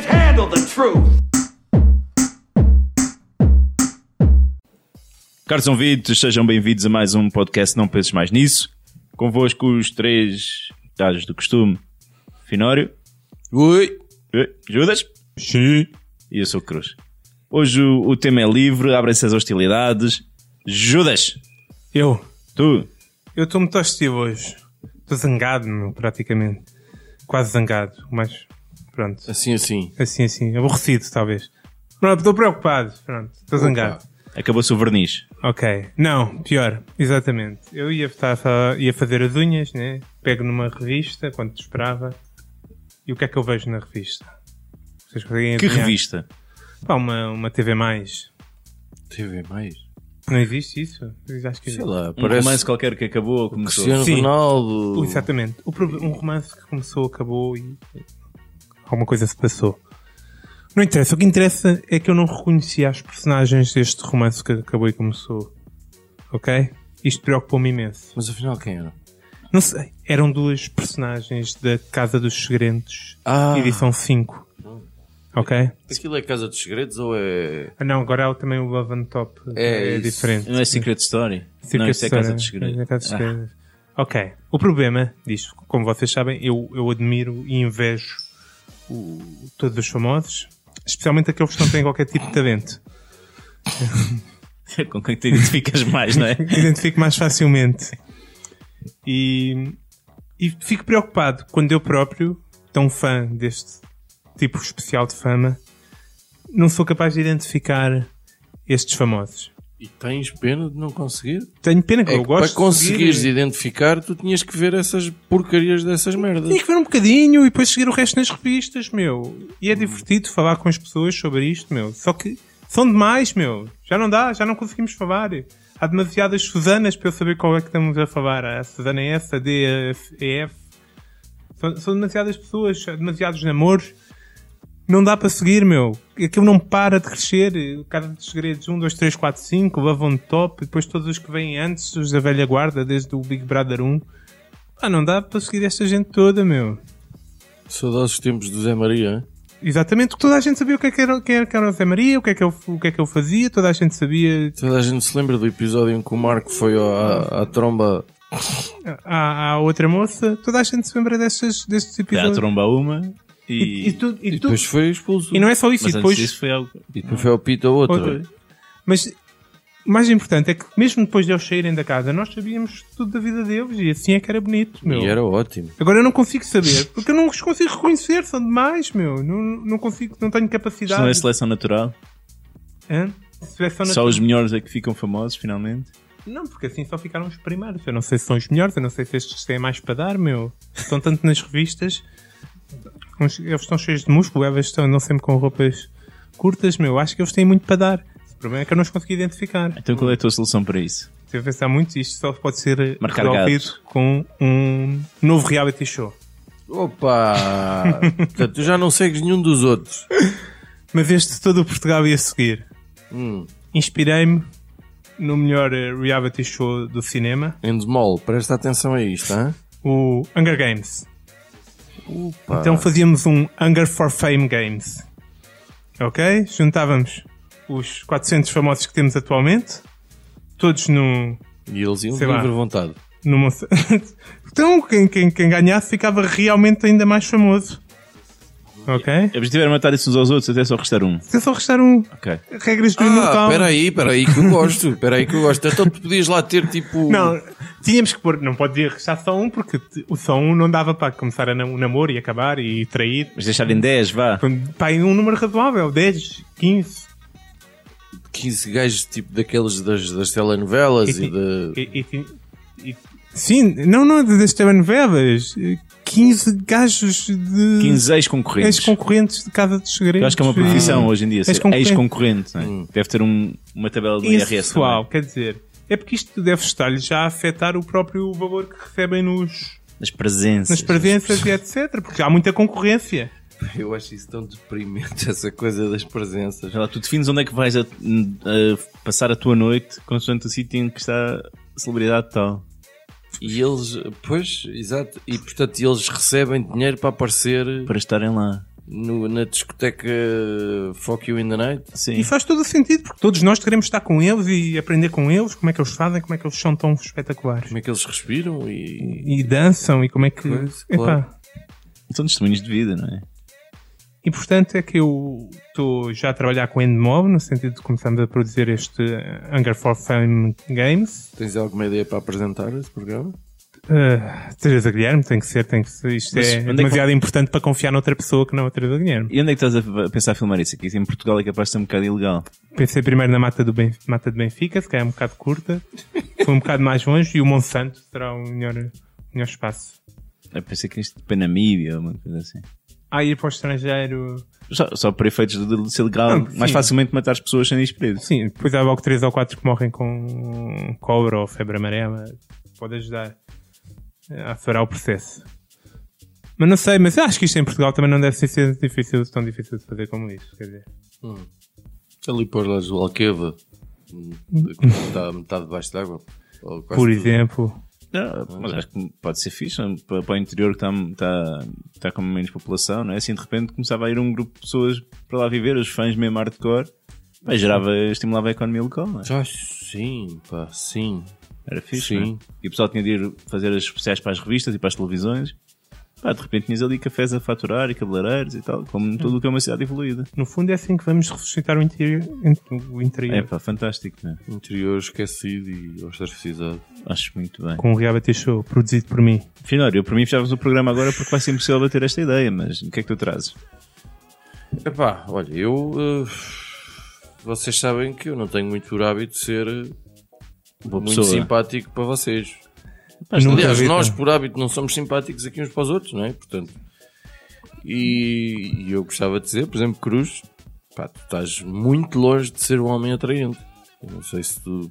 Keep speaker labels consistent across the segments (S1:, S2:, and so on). S1: the truth.
S2: Caros ouvintes, sejam bem-vindos a mais um podcast Não Penses Mais Nisso. Convosco os três dados do costume. Finório.
S3: Ui.
S2: eh, Judas.
S3: Sim.
S2: E eu sou o Cruz. Hoje o, o tema é livre, abrem-se as hostilidades. Judas,
S3: Eu.
S2: tu,
S3: Eu estou muito hostil hoje. Estou zangado, meu, praticamente. Quase zangado, mas pronto.
S4: Assim, assim.
S3: Assim, assim. Aborrecido, talvez. Pronto, estou preocupado. Pronto, estou zangado.
S2: acabou-se o verniz.
S3: Ok. Não, pior. Exatamente. Eu ia, estar a- ia fazer as unhas, né? Pego numa revista, quando te esperava. E o que é que eu vejo na revista? Vocês conseguem
S2: Que
S3: adivinhar?
S2: revista?
S3: Pá, uma, uma TV+. Mais.
S4: TV mais.
S3: Não existe isso? Eu Acho que
S4: Sei lá,
S2: Um
S4: parece
S2: romance qualquer que acabou ou começou.
S4: Cristiano
S3: Sim.
S4: Ronaldo.
S3: Uh, Exatamente. O prob- um romance que começou, acabou e alguma coisa se passou. Não interessa. O que interessa é que eu não reconhecia as personagens deste romance que acabou e começou. Ok? Isto preocupou-me imenso.
S4: Mas afinal quem era?
S3: Não sei. Eram duas personagens da Casa dos Segredos,
S4: Ah.
S3: edição 5. Ok?
S4: Aquilo é Casa dos Segredos ou é.
S3: Ah, não, agora há também o Love and Top.
S4: É
S3: É,
S4: isso.
S3: diferente.
S2: Não é Secret Story?
S3: Circa
S2: não, isto é Casa
S3: Serena.
S2: de Ah. Segredos.
S3: É Casa de Segredos. Ok. O problema disto, como vocês sabem, eu, eu admiro e invejo o- todos os famosos, especialmente aqueles que não têm qualquer tipo de talento.
S2: Ah, com quem te identificas mais, não é?
S3: Identifico mais facilmente. E, e fico preocupado quando eu próprio, tão fã deste tipo especial de fama, não sou capaz de identificar estes famosos.
S4: E tens pena de não conseguir?
S3: Tenho pena que
S4: É
S3: eu
S4: que
S3: gosto
S4: para conseguires
S3: de seguir-
S4: identificar, tu tinhas que ver essas porcarias dessas merdas.
S3: Tinha que ver um bocadinho e depois seguir o resto nas revistas, meu. E é divertido falar com as pessoas sobre isto, meu. Só que são demais, meu. Já não dá, já não conseguimos falar. Há demasiadas Susanas para eu saber qual é que estamos a falar. A Susana é essa, a D, a F, E, F. São, são demasiadas pessoas, há demasiados namoros. Não dá para seguir, meu. Aquilo não para de crescer. Casa dos Segredos 1, 2, 3, 4, 5, Love on Top, depois todos os que vêm antes, os da velha guarda, desde o Big Brother 1. Ah, não dá para seguir esta gente toda, meu.
S4: Saudosos tempos do Zé Maria, hein?
S3: Exatamente, toda a gente sabia o que é que era, quem era, quem era o Zé Maria, o que, é que eu, o que é que eu fazia, toda a gente sabia
S4: Toda a gente se lembra do episódio em que o Marco foi à, à tromba.
S3: a, a outra moça, toda a gente se lembra destes, destes
S2: Já
S3: episódios.
S2: tromba uma e.
S3: E, e, tu- e
S4: E
S3: tu-
S4: depois foi expulso.
S3: e não é só isso,
S2: Mas
S3: e
S2: depois...
S3: depois.
S2: antes disso foi algo.
S4: E depois foi ao Pito a outra.
S3: outra. Mas o mais importante é que, mesmo depois de eles saírem da casa, nós sabíamos tudo da vida deles e assim é que era bonito, meu.
S4: E era ótimo.
S3: Agora eu não consigo saber, porque eu não os consigo reconhecer, são demais, meu. Não, não consigo, não tenho
S2: Isto não é
S3: capacidade.
S2: seleção natural.
S3: Hã? Seleção
S2: Só os melhores é que ficam famosos, finalmente.
S3: Não, porque assim só ficaram os primeiros. Eu não sei se são os melhores, eu não sei se estes têm mais para dar, meu. Estão tanto nas revistas. Uns- Eles estão cheios de músculo, elas estão não sempre com roupas curtas, meu. Acho que eles têm muito para dar. O problema é que eu não os consegui identificar.
S2: Então qual é a tua solução para isso?
S3: Se eu pensar muito, isto só pode ser
S2: Marcar
S3: resolvido
S2: gatos.
S3: com um novo reality show.
S4: Opa! Portanto, tu já não segues nenhum dos outros.
S3: Mas este todo o Portugal ia seguir.
S4: Hum,
S3: Inspirei-me no melhor eh, reality show do cinema,
S4: Endemol, presta atenção a isto, hein?
S3: o Hunger Games.
S4: Opa!
S3: Então fazíamos um Hunger for Fame Games. Ok? Juntávamos os 400 famosos que temos atualmente, todos no.
S4: E eles iam de
S3: Sei lá.
S4: livre vontade.
S3: numa... então, quem, quem, quem ganhasse ficava realmente ainda mais famoso. Ok?
S2: Eles tiveram matar esses uns aos outros até só restar um.
S3: Se só restar um.
S2: Ok.
S3: Regras do
S4: Ah,
S3: Natal.
S4: espera aí, espera aí que eu gosto. Espera aí que eu gosto. Então tu podias lá ter tipo...
S3: Não, tínhamos que pôr. Não podia restar só um, porque t- o só um não dava para começar a nam- o namoro e acabar e trair.
S2: Mas deixarem 10, vá.
S3: Para um número razoável: 10, 15.
S4: 15 gajos tipo daqueles das, das telenovelas e de...
S3: E- e ti- e- sim, não, não, das telenovelas. 15 gajos de
S2: 15 ex-concorrentes.
S3: ex-concorrentes de Casa dos Segredos.
S2: Eu acho que é uma profissão hoje em dia. ser
S3: Ex-concorrente.
S2: Ex-concorrente. não é? Deve ter um- uma tabela do
S3: E esse
S2: IRS.
S3: pessoal,
S2: também.
S3: quer dizer, é porque isto deve estar-lhe já a afetar o próprio valor que recebem nos,
S2: Nas presenças.
S3: nas presenças e etc. Porque há muita concorrência.
S4: Eu acho isso tão deprimente, essa coisa das presenças.
S2: Sei lá, tu defines onde é que vais a- a passar a tua noite, consoante o sítio em que está a celebridade tal.
S4: E eles, pois, exato. E portanto eles recebem dinheiro para aparecer...
S2: Para estarem lá.
S4: no- na discoteca Fuck You in the Night.
S2: Sim.
S3: E faz todo o sentido, porque todos nós queremos estar com eles e aprender com eles, como é que eles fazem, como é que eles são tão espetaculares.
S4: Como é que eles respiram e.
S3: E dançam e como é que.
S4: Pois,
S3: Epá.
S4: claro.
S2: São testemunhos de vida, não é?
S3: E portanto é que eu estou já a trabalhar com Endmob, no sentido de começarmos a produzir este eh, Hunger for Fame Games.
S4: Tens alguma ideia para apresentar esse programa?
S3: Ah, Teresa Guilherme, tem que ser, tem que ser. Isto
S2: Mas
S3: é
S2: onde é que
S3: demasiado importante para confiar noutra pessoa que não a Teresa Guilherme.
S2: E onde é que estás a pensar filmar isso aqui? Em Portugal é capaz de ser um bocado ilegal.
S3: Pensei primeiro na Mata, do Benf- Mata de Benfica, se calhar é um bocado curta. Foi um bocado mais longe e o Monsanto será o melhor, o melhor espaço.
S2: Eu pensei que isto para Namíbia ou uma coisa assim.
S3: Ah, ir para o estrangeiro.
S2: Só, só por efeitos de, de ser legal,
S3: Não,
S2: mais
S3: sim.
S2: facilmente matar as pessoas sem ir preso.
S3: Sim, depois há logo 3 ou 4 que morrem com cobra ou febre amarela. Pode ajudar a acelerar o processo. Mas não sei, mas eu acho que isto em Portugal também não deve ser difícil, tão difícil de fazer como isso. Quer dizer.
S4: Ali por lá do Alqueva, que está metade debaixo d'água. ou quase
S3: Por
S4: tudo.
S3: exemplo,
S2: Não, mas acho que pode ser fixe não? é? para, para o interior que está, está, está com menos população, não é? Assim de repente começava a ir um grupo de pessoas para lá viver, os fãs mesmo hardcore, pá, gerava, estimulava a economia local, não é?
S4: Ah, sim, pá, sim.
S2: Era fixe,
S4: Sim.
S2: não é? E o pessoal tinha de ir fazer as especiais para as revistas e para as televisões. Pá, de repente tinhas ali cafés a faturar e cabeleireiros e tal, como tudo o que é uma cidade evoluída.
S3: no fundo é assim que vamos ressuscitar o interior. O interior
S2: É pá, fantástico, não é?
S4: Interior esquecido e ostracizado.
S2: Acho muito bem.
S3: Com o Reality Show produzido por mim.
S2: Finório, eu para mim fechávamos o programa agora porque vai ser impossível bater esta ideia, mas o que é que tu trazes?
S4: Epá, olha, eu. eh, vocês sabem que eu não tenho muito por hábito de ser eh,
S2: Boa
S4: muito
S2: pessoa.
S4: simpático para vocês.
S3: Nunca
S4: Aliás,
S3: vi, tá?
S4: nós
S3: não.
S4: por hábito não somos simpáticos aqui uns para os outros, não é? Portanto, e, e eu gostava de dizer, por exemplo, Cruz, pá, tu estás muito longe de ser um homem atraente. Eu não sei se tu.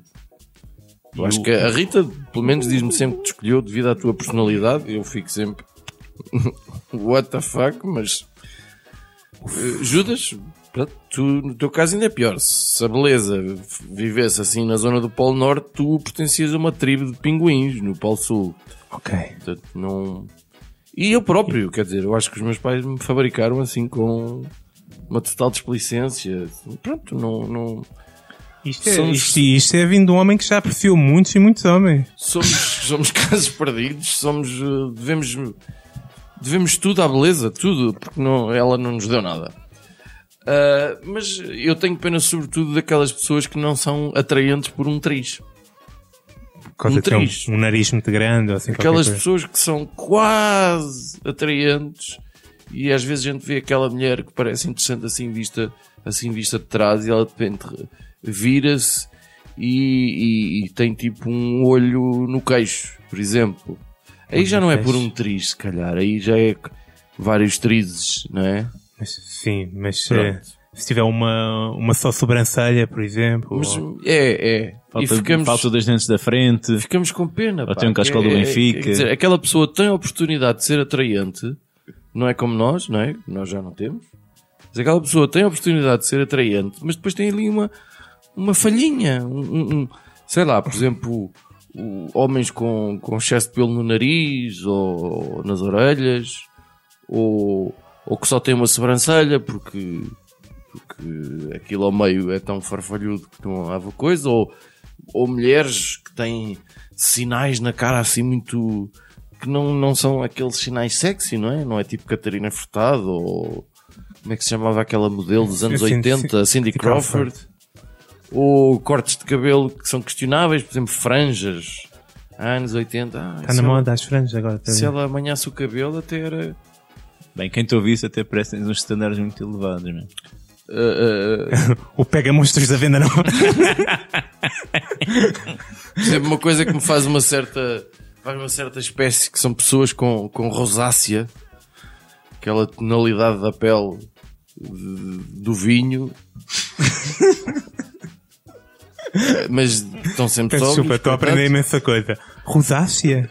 S4: Eu acho que a Rita, pelo menos, diz-me sempre que te escolheu devido à tua personalidade. Eu fico sempre. What the fuck, mas. eh, Judas, pronto, tu, no teu caso ainda é pior. Se a beleza vivesse assim na zona do Polo Norte, tu pertencias a uma tribo de pinguins no Polo Sul.
S3: Ok.
S4: Portanto, não. E eu próprio, quer dizer, eu acho que os meus pais me fabricaram assim com uma total desplicência. Pronto, não. não...
S3: Isto é,
S4: Somos-
S3: isto, isto é vindo de um homem que já apreciou muitos e muitos homens.
S4: Somos, somos casos perdidos, somos. eh, Devemos. Devemos tudo à beleza, tudo, porque não, ela não nos deu nada. Ah, mas eu tenho pena, sobretudo, daquelas pessoas que não são atraentes por um triz.
S3: Por causa
S4: Um
S3: de ter um,
S4: triz.
S3: um nariz muito grande ou assim qualquer
S4: Aquelas
S3: coisa.
S4: pessoas que são quase atraentes e às vezes a gente vê aquela mulher que parece interessante assim vista, assim vista de trás e ela de repente vira-se e, e- e tem tipo um olho no queixo, por exemplo. Aí já não é por um triz, se calhar, aí já é c- vários trizes, não é?
S3: Mas, sim, mas
S4: Pronto.
S3: eh, se tiver uma, uma só sobrancelha, por exemplo.
S4: Mas
S3: ou-
S4: é, é.
S2: Falta,
S4: e ficamos,
S2: falta dos dentes da frente.
S4: ficamos com pena.
S2: Ou
S4: pá.
S2: tem um cascal do
S4: É- é-
S2: Benfica.
S4: quer dizer, aquela pessoa tem a oportunidade de ser atraente, não é como nós, não é? Nós já não temos. Mas aquela pessoa tem a oportunidade de ser atraente, mas depois tem ali uma, uma falhinha. Um, um- um- sei lá, por exemplo, o- homens com, com excesso de pelo no nariz ou nas orelhas, ou, ou que só têm uma sobrancelha porque porque aquilo ao meio é tão farfalhudo que não há coisa, ou, ou mulheres que têm sinais na cara assim muito. que não, não são aqueles sinais sexy, não é? Não é tipo Catarina Furtado ou. como é que se chamava aquela modelo dos anos
S3: Cindy-
S4: 80, Cindy
S3: Cindy
S4: Crawford, ou cortes de cabelo que são questionáveis, por exemplo, franjas. Ah, anos 80, ah,
S3: Está
S4: se
S3: Tá na
S4: ela-
S3: moda as franjas agora. tá
S4: Se
S3: bem.
S4: ela amanhasse o cabelo, até era.
S2: Bem, quem te ouvisse até parece que tens uns standards muito elevados, não é?
S4: ah, ah,
S3: O pega monstros da venda não.
S4: Sempre uma coisa que me faz uma certa. faz uma certa espécie que são pessoas com, com rosácea, aquela tonalidade da pele de- do vinho. Mas estão sempre
S3: Peço
S4: sóbrios,
S3: desculpa, estou a
S4: portanto,
S3: aprender imensa coisa. Rosácea?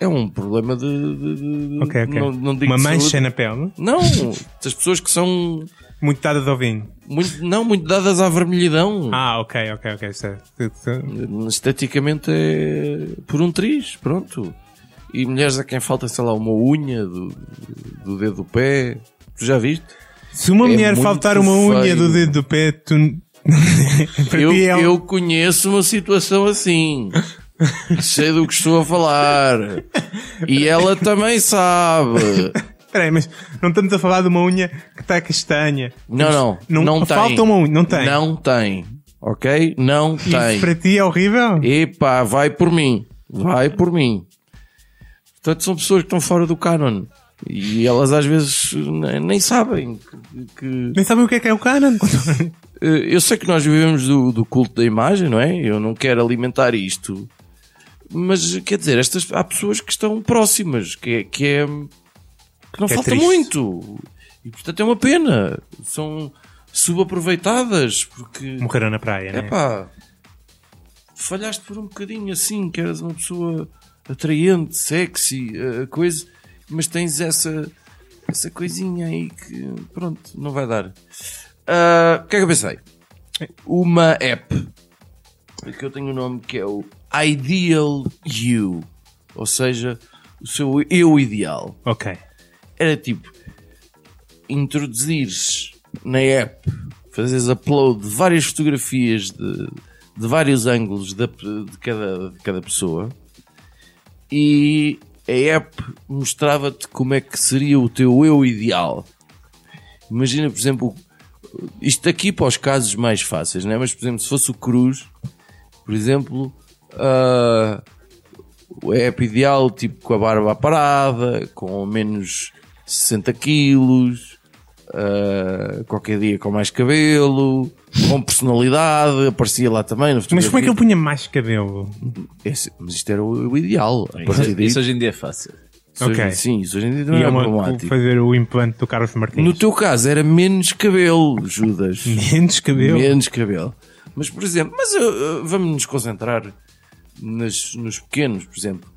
S4: É um problema de. de- de- de-
S3: Ok, ok.
S4: Não, não digo
S3: Uma
S4: de
S3: mancha né?
S4: saúde.
S3: na pele,
S4: Não, das pessoas que são
S3: muito dadas ao vinho.
S4: muito, não muito dadas à vermelhidão.
S3: Ah, ok, ok, ok. certo.
S4: esteticamente é por um triz, pronto. E mulheres a quem falta, sei lá, uma unha do, do dedo do pé, Tu já viste?
S3: Se uma
S4: É
S3: mulher
S4: muito
S3: faltar uma unha
S4: feio.
S3: do dedo do pé, tu. Para
S4: Eu,
S3: ti é um-
S4: eu conheço uma situação assim. Sei do que estou a falar. E ela também sabe.
S3: Peraí, mas não estamos a falar de uma unha que está castanha.
S4: Não, não.
S3: Não-
S4: Não, tem.
S3: falta uma unha, não tem.
S4: Não tem. Ok? Não tem.
S3: Isso para ti é horrível?
S4: Epá, vai por mim. Vai por mim. Portanto, são pessoas que estão fora do canon. E elas às vezes ne- nem sabem que- que
S3: Nem sabem o que é que é o canon.
S4: Eh, Eu sei que nós vivemos do, do culto da imagem, não é? Eu não quero alimentar isto. Mas, quer dizer, estas, há pessoas que estão próximas, que, é- que é. que não
S3: Que é
S4: falta
S3: triste.
S4: muito. E, portanto, é uma pena. São subaproveitadas, porque.
S3: Morreram na praia, né?
S4: Epá, falhaste por um bocadinho assim, que eras uma pessoa atraente, sexy, eh, coisa, mas tens essa, essa coisinha aí que, pronto, não vai dar. Ah, O que é que eu pensei? Uma app que eu tenho o nome que é o Ideal You, ou seja, o seu eu ideal
S3: Ok.
S4: era tipo introduzires na app, fazeres upload de várias fotografias de, de vários ângulos da- de, cada, de cada pessoa e a app mostrava-te como é que seria o teu eu ideal. Imagina, por exemplo, isto aqui para os casos mais fáceis, não é? mas por exemplo, se fosse o Cruz, por exemplo, ah, o app ideal, tipo com a barba à parada, com menos 60 quilos, ah, qualquer dia com mais cabelo, com personalidade, aparecia lá também. na
S3: Mas como é que
S4: fotografia.
S3: ele punha mais cabelo?
S4: Esse- mas isto era o, o ideal. A partir
S2: Isso,
S4: daí,
S2: isso hoje em dia é fácil.
S4: isso hoje-
S3: Ok.
S4: Sim, isso hoje em dia não
S3: E
S4: é
S3: é uma-
S4: problemático.
S3: fazer o implante do Carlos Martins.
S4: No teu caso era menos cabelo, Judas.
S3: Menos cabelo.
S4: Menos cabelo. Mas, por exemplo, mas uh, uh, vamos nos concentrar nas- nos pequenos, por exemplo,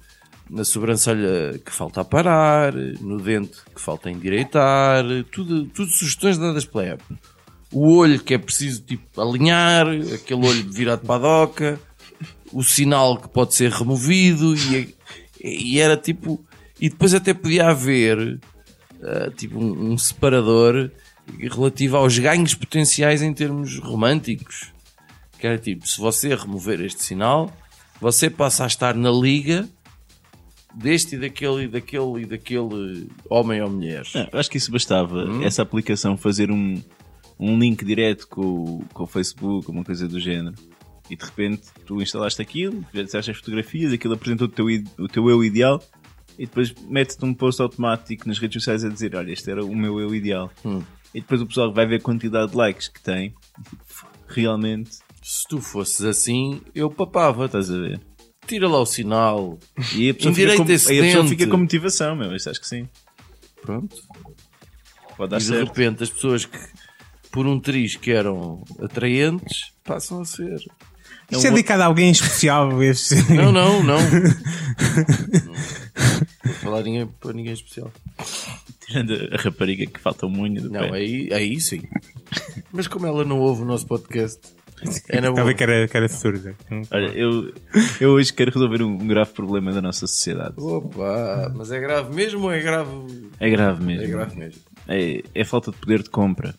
S4: na sobrancelha que falta a parar, no dente que falta a endireitar, tudo, tudo sugestões dadas pela app. O olho que é preciso tipo, alinhar, aquele olho virado para a doca, o sinal que pode ser removido e, é, e era tipo. E depois até podia haver ah, tipo um, um separador relativo aos ganhos potenciais em termos românticos. Que era tipo, se você remover este sinal, você passa a estar na liga deste e daquele e daquele e daquele homem ou mulher.
S2: Não, eu acho que isso bastava.
S4: Hum?
S2: Essa aplicação fazer um, um link direto com, o- com o Facebook, uma coisa do género. E de repente tu instalaste aquilo, fizeste as fotografias, aquilo apresentou o teu, id- o teu eu ideal e depois mete-te um post automático nas redes sociais a dizer: Olha, este era o meu eu ideal.
S4: Hum.
S2: E depois o pessoal vai ver a quantidade de likes que tem. e tipo, "F- Realmente,
S4: Se tu fosses assim, eu papava.
S2: estás a ver?
S4: Tira lá o sinal.
S2: E a pessoa, fica
S4: Indireita
S2: com, aí a pessoa
S4: excelente.
S2: fica com motivação, meu. Isso acho que sim.
S4: Pronto.
S2: Pode dar
S4: e de
S2: certo.
S4: repente as pessoas que por um triz que eram atraentes passam a ser.
S3: Isto é
S4: um-
S3: dedicado a alguém especial. Este...
S4: Não, não, não. Não. Vou falar ninguém, para ninguém especial.
S2: Tirando a rapariga que falta um unha do
S4: Não,
S2: pé.
S4: aí, aí sim. Mas como ela não ouve o nosso podcast, é na boa.
S3: Estava que era, que era surda.
S2: Olha, eu, eu hoje quero resolver um, um grave problema da nossa sociedade.
S4: Oh. Opa, mas é grave mesmo ou é grave?
S2: É grave mesmo.
S4: É grave mesmo.
S2: É, é falta de poder de compra.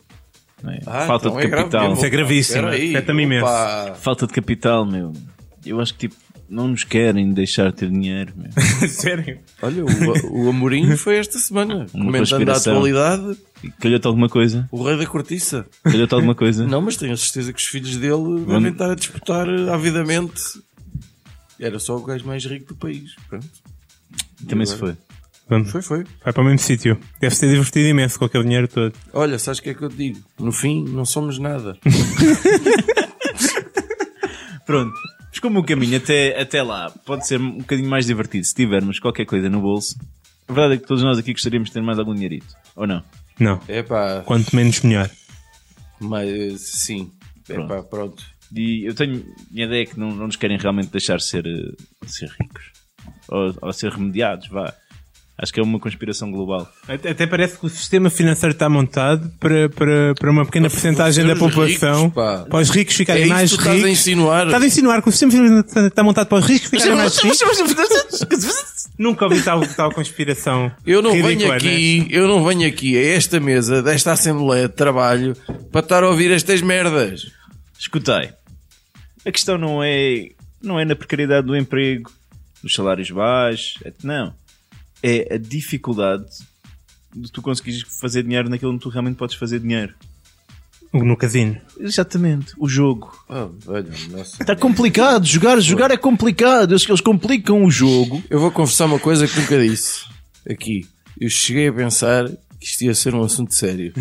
S2: não é?
S4: Ah,
S2: falta
S4: então
S2: de
S4: é grave
S2: capital.
S4: mesmo.
S3: Isso é gravíssimo.
S4: Espera aí,
S3: Afeta-me imenso.
S4: opa.
S2: falta de capital, meu. Eu acho que tipo, não nos querem deixar ter dinheiro, meu.
S3: Sério?
S4: Olha, o, o Amorim foi esta semana, comentando a
S2: conspiração.
S4: atualidade,
S2: E Calhou-te alguma coisa?
S4: o rei da cortiça.
S2: Calhou-te alguma coisa?
S4: Não, mas tenho a certeza que os filhos dele devem estar a disputar eh, avidamente. Era só o gajo mais rico do país. Pronto.
S2: Também se foi.
S3: Vamos.
S4: Foi, foi.
S3: Vai para o mesmo sítio. Deve ser divertido imenso com aquele dinheiro todo.
S4: Olha, sabes o que é que eu te digo? No fim, não somos nada.
S2: Pronto. Mas como o caminho até, até lá pode ser um bocadinho mais divertido se tivermos qualquer coisa no bolso, a verdade é que todos nós aqui gostaríamos de ter mais algum dinheirito. Ou não?
S3: Não.
S4: É pá,
S3: Quanto menos, melhor.
S4: mas sim. É pá, pronto.
S2: E eu tenho. Minha ideia é que não, não nos querem realmente deixar ser, eh, ser ricos. Ou, ou ser remediados, vá. Acho que é uma conspiração global.
S3: Até, até parece que o sistema financeiro está montado para, para, para uma pequena porcentagem da
S4: para os
S3: população.
S4: ricos, pá.
S3: para os ricos ficarem
S4: É isso
S3: mais
S4: que tu
S3: ricos.
S4: estás a insinuar.
S3: Estás a insinuar que o sistema financeiro está montado para os ricos ficarem mais ricos.
S2: Mas
S3: Nunca ouvi tal, tal conspiração.
S4: Eu não venho
S3: ridícula, né?
S4: aqui, eu não venho aqui a esta mesa, desta Assembleia de Trabalho, para estar a ouvir estas merdas.
S2: Escutei. A questão não é, não é na precariedade do emprego, nos salários baixos, é- não. É a dificuldade de tu conseguires fazer dinheiro naquilo onde tu realmente podes fazer dinheiro.
S3: Né? No casino.
S2: Exatamente, o jogo.
S4: Ah, velho, nossa.
S2: Está Tá complicado, jogar, jogar é complicado. Eles, eles complicam o jogo.
S4: Eu vou confessar uma coisa que nunca disse aqui. Eu cheguei a pensar que isto ia ser um assunto sério.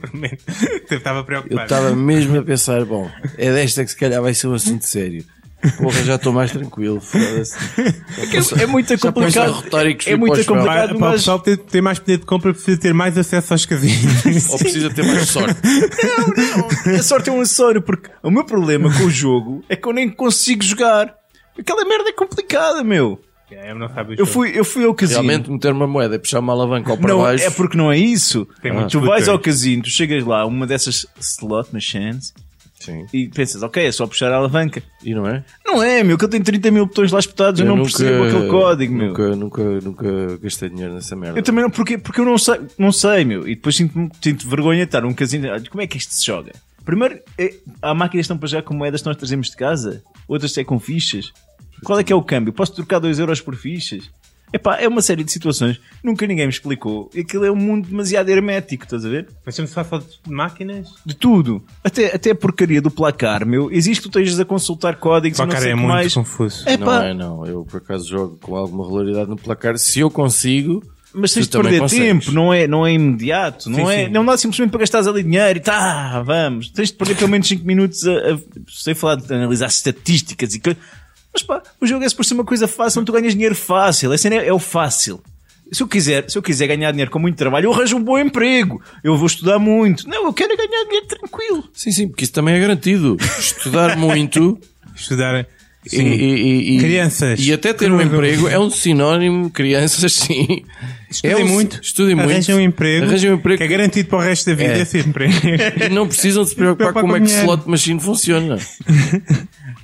S3: Prometo. Eu estava
S4: Eu
S3: preocupado.
S4: estava mesmo a pensar, bom, é desta que se calhar vai ser um assunto sério. Porra, já estou mais tranquilo. foda-se.
S2: É, muito
S4: Já pões
S2: complicado.
S4: a retóricos
S2: é
S4: e
S2: muito
S4: pós-pau.
S2: complicado.
S3: Para, para o
S2: mas-
S3: pessoal ter, ter mais poder de compra, precisa ter mais acesso aos casinos.
S4: Ou precisa ter mais sorte.
S2: A sorte é um acessório, porque o meu problema com o jogo é que eu nem consigo jogar. Aquela merda é complicada, meu.
S3: É, eu não sabia
S2: Eu
S3: o jogo.
S2: fui, eu fui ao casino.
S4: Realmente meter uma moeda e puxar uma alavanca ao para
S2: Não,
S4: baixo. Ah,
S2: é porque não é isso.
S3: Tem muitos
S2: tu vais
S3: botões.
S2: ao casino, tu chegas lá, a uma dessas slot machines,
S4: Sim.
S2: e pensas, ok, é só puxar a alavanca.
S4: E não é?
S2: Não é, meu, que eu tenho 30 mil botões lá espetados, eu, não percebo aquele código, meu. Então,
S4: nunca, Nunca, nunca gastei dinheiro nessa merda.
S2: Eu também não, porque, porque eu não sei, não sei, meu. E depois sinto, sinto vergonha de estar num casino. Olha, Como é que isto se joga? Primeiro, é, há máquinas que estão para jogar com moedas que nós trazemos de casa, outras é com fichas. Qual é que é o câmbio? Posso trocar 2 euros por fichas? Epá, é uma série de situações, nunca ninguém me explicou. Aquilo é um mundo demasiado hermético, estás a ver?
S3: Mas estamos só a falar de máquinas?
S2: De tudo. Até, até a porcaria do placar, meu. Existe que tu estejas a consultar códigos e não
S3: Placar
S2: sei
S3: é
S2: o que
S3: muito
S2: mais.
S3: confuso.
S2: É
S4: Não
S2: pá,
S4: é, não. Eu por acaso jogo com alguma regularidade no placar. Se eu consigo.
S2: mas tens de
S4: tu também
S2: perder
S4: consegues.
S2: tempo, não é, não é imediato, não
S3: Sim,
S2: é?
S3: sim.
S2: Não dá simplesmente para gastares ali dinheiro e tá, vamos. Tens de perder pelo menos 5 minutos a, a- sei falar, de analisar estatísticas e coisas. Mas pá, o jogo é por ser uma coisa fácil, onde tu ganhas dinheiro fácil. Essa é, é o fácil. Se eu, quiser, se eu quiser ganhar dinheiro com muito trabalho, eu arranjo um bom emprego. Eu vou estudar muito. Não, eu quero é ganhar dinheiro tranquilo.
S4: Sim, sim, porque isso também é garantido. Estudar muito
S3: Estudar.
S4: e, e- e- e-
S3: Crianças.
S4: E até ter um emprego é um sinónimo. Crianças, sim.
S3: Estudem
S4: é um-
S3: muito.
S4: Estudem muito.
S3: Arranjem um emprego.
S4: Arranjem um emprego.
S3: Que é garantido para o resto da vida
S4: É.
S3: esse emprego.
S4: E não precisam de se preocupar
S3: Preocupar
S4: como
S3: com
S4: é que o
S3: dinheiro.
S4: slot machine funciona.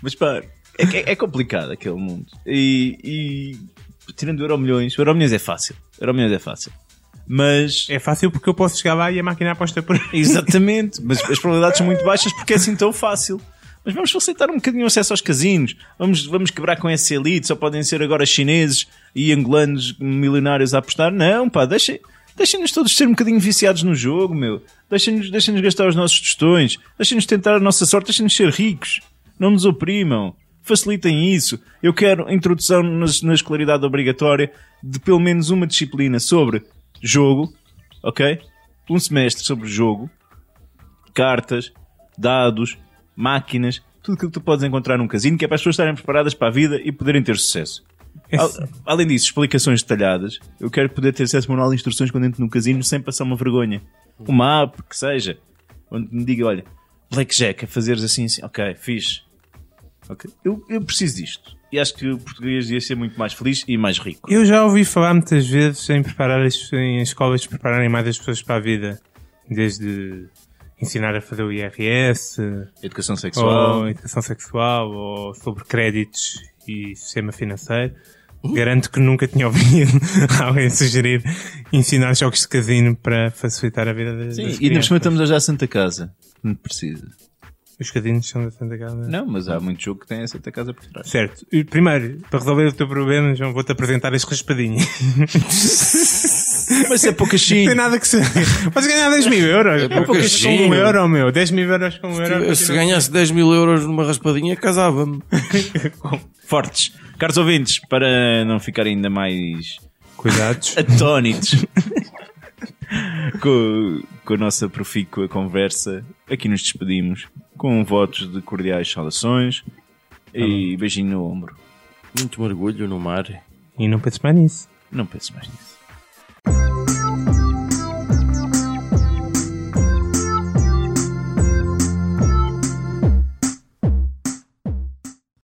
S2: Mas pá, é, que- é complicado aquele mundo. E, e tirando o Euro Milhões, o Euro Milhões é fácil. O Euro Milhões é fácil. Mas.
S3: é fácil porque eu posso chegar lá e a máquina aposta por mim.
S2: Exatamente. Mas as probabilidades são muito baixas porque é assim tão fácil. Mas vamos facilitar um bocadinho o acesso aos casinos. Vamos, vamos quebrar com essa elite. Só podem ser agora chineses e angolanos milionários a apostar. Não, pá, deixem. Deixem-nos todos ser um bocadinho viciados no jogo, meu. Deixem-nos deixem gastar os nossos tostões. Deixem-nos tentar a nossa sorte. Deixem-nos ser ricos. Não nos oprimam. Facilitem isso. Eu quero a introdução nas- na escolaridade obrigatória de pelo menos uma disciplina sobre jogo, ok? Um semestre sobre jogo, cartas, dados, máquinas, tudo aquilo que tu podes encontrar num casino, que é para as pessoas estarem preparadas para a vida e poderem ter sucesso. Al- além disso, explicações detalhadas. Eu quero poder ter acesso a um manual de instruções quando entro num casino sem passar uma vergonha. Uma app, que seja. Onde me diga, olha, Blackjack, a fazeres assim, assim. Ok, fixe. Ok, Eu, eu preciso disto. E acho que o português ia ser muito mais feliz e mais rico.
S3: Eu já ouvi falar muitas vezes em preparar as, em as escolas prepararem mais as pessoas para a vida. Desde ensinar a fazer o IRS,
S2: Educação
S3: ou
S2: sexual.
S3: educação sexual, ou sobre créditos e sistema financeiro. Garanto que nunca tinha ouvido alguém sugerir ensinar jogos de casino para facilitar a vida das, das
S2: Sim, e nós
S3: crianças.
S2: estamos a já a Santa Casa. Não precisa.
S3: Os casinos são da Santa Casa.
S2: Não, mas há muito jogo que tem a Santa Casa por trás.
S3: é? Certo. E primeiro, para resolver o teu problema, João, vou-te apresentar as raspadinhas.
S2: Mas é pouca
S3: Não tem
S2: China.
S3: nada que se... Podes ganhar 10 mil euros.
S4: pouco
S3: Poucas
S4: É giro.
S3: com um euro, meu. 10 mil euros com um euro.
S4: Eu, se ganhasse 10 mil euros numa raspadinha, casava-me.
S2: Fortes. Caros ouvintes, para não ficarem ainda mais
S3: Cuidados.
S2: atónitos com, com a nossa profícua conversa, aqui nos despedimos com votos de cordiais saudações e beijinho no ombro.
S4: Muito mergulho no mar.
S3: E não penses mais nisso.
S2: Não penses mais nisso.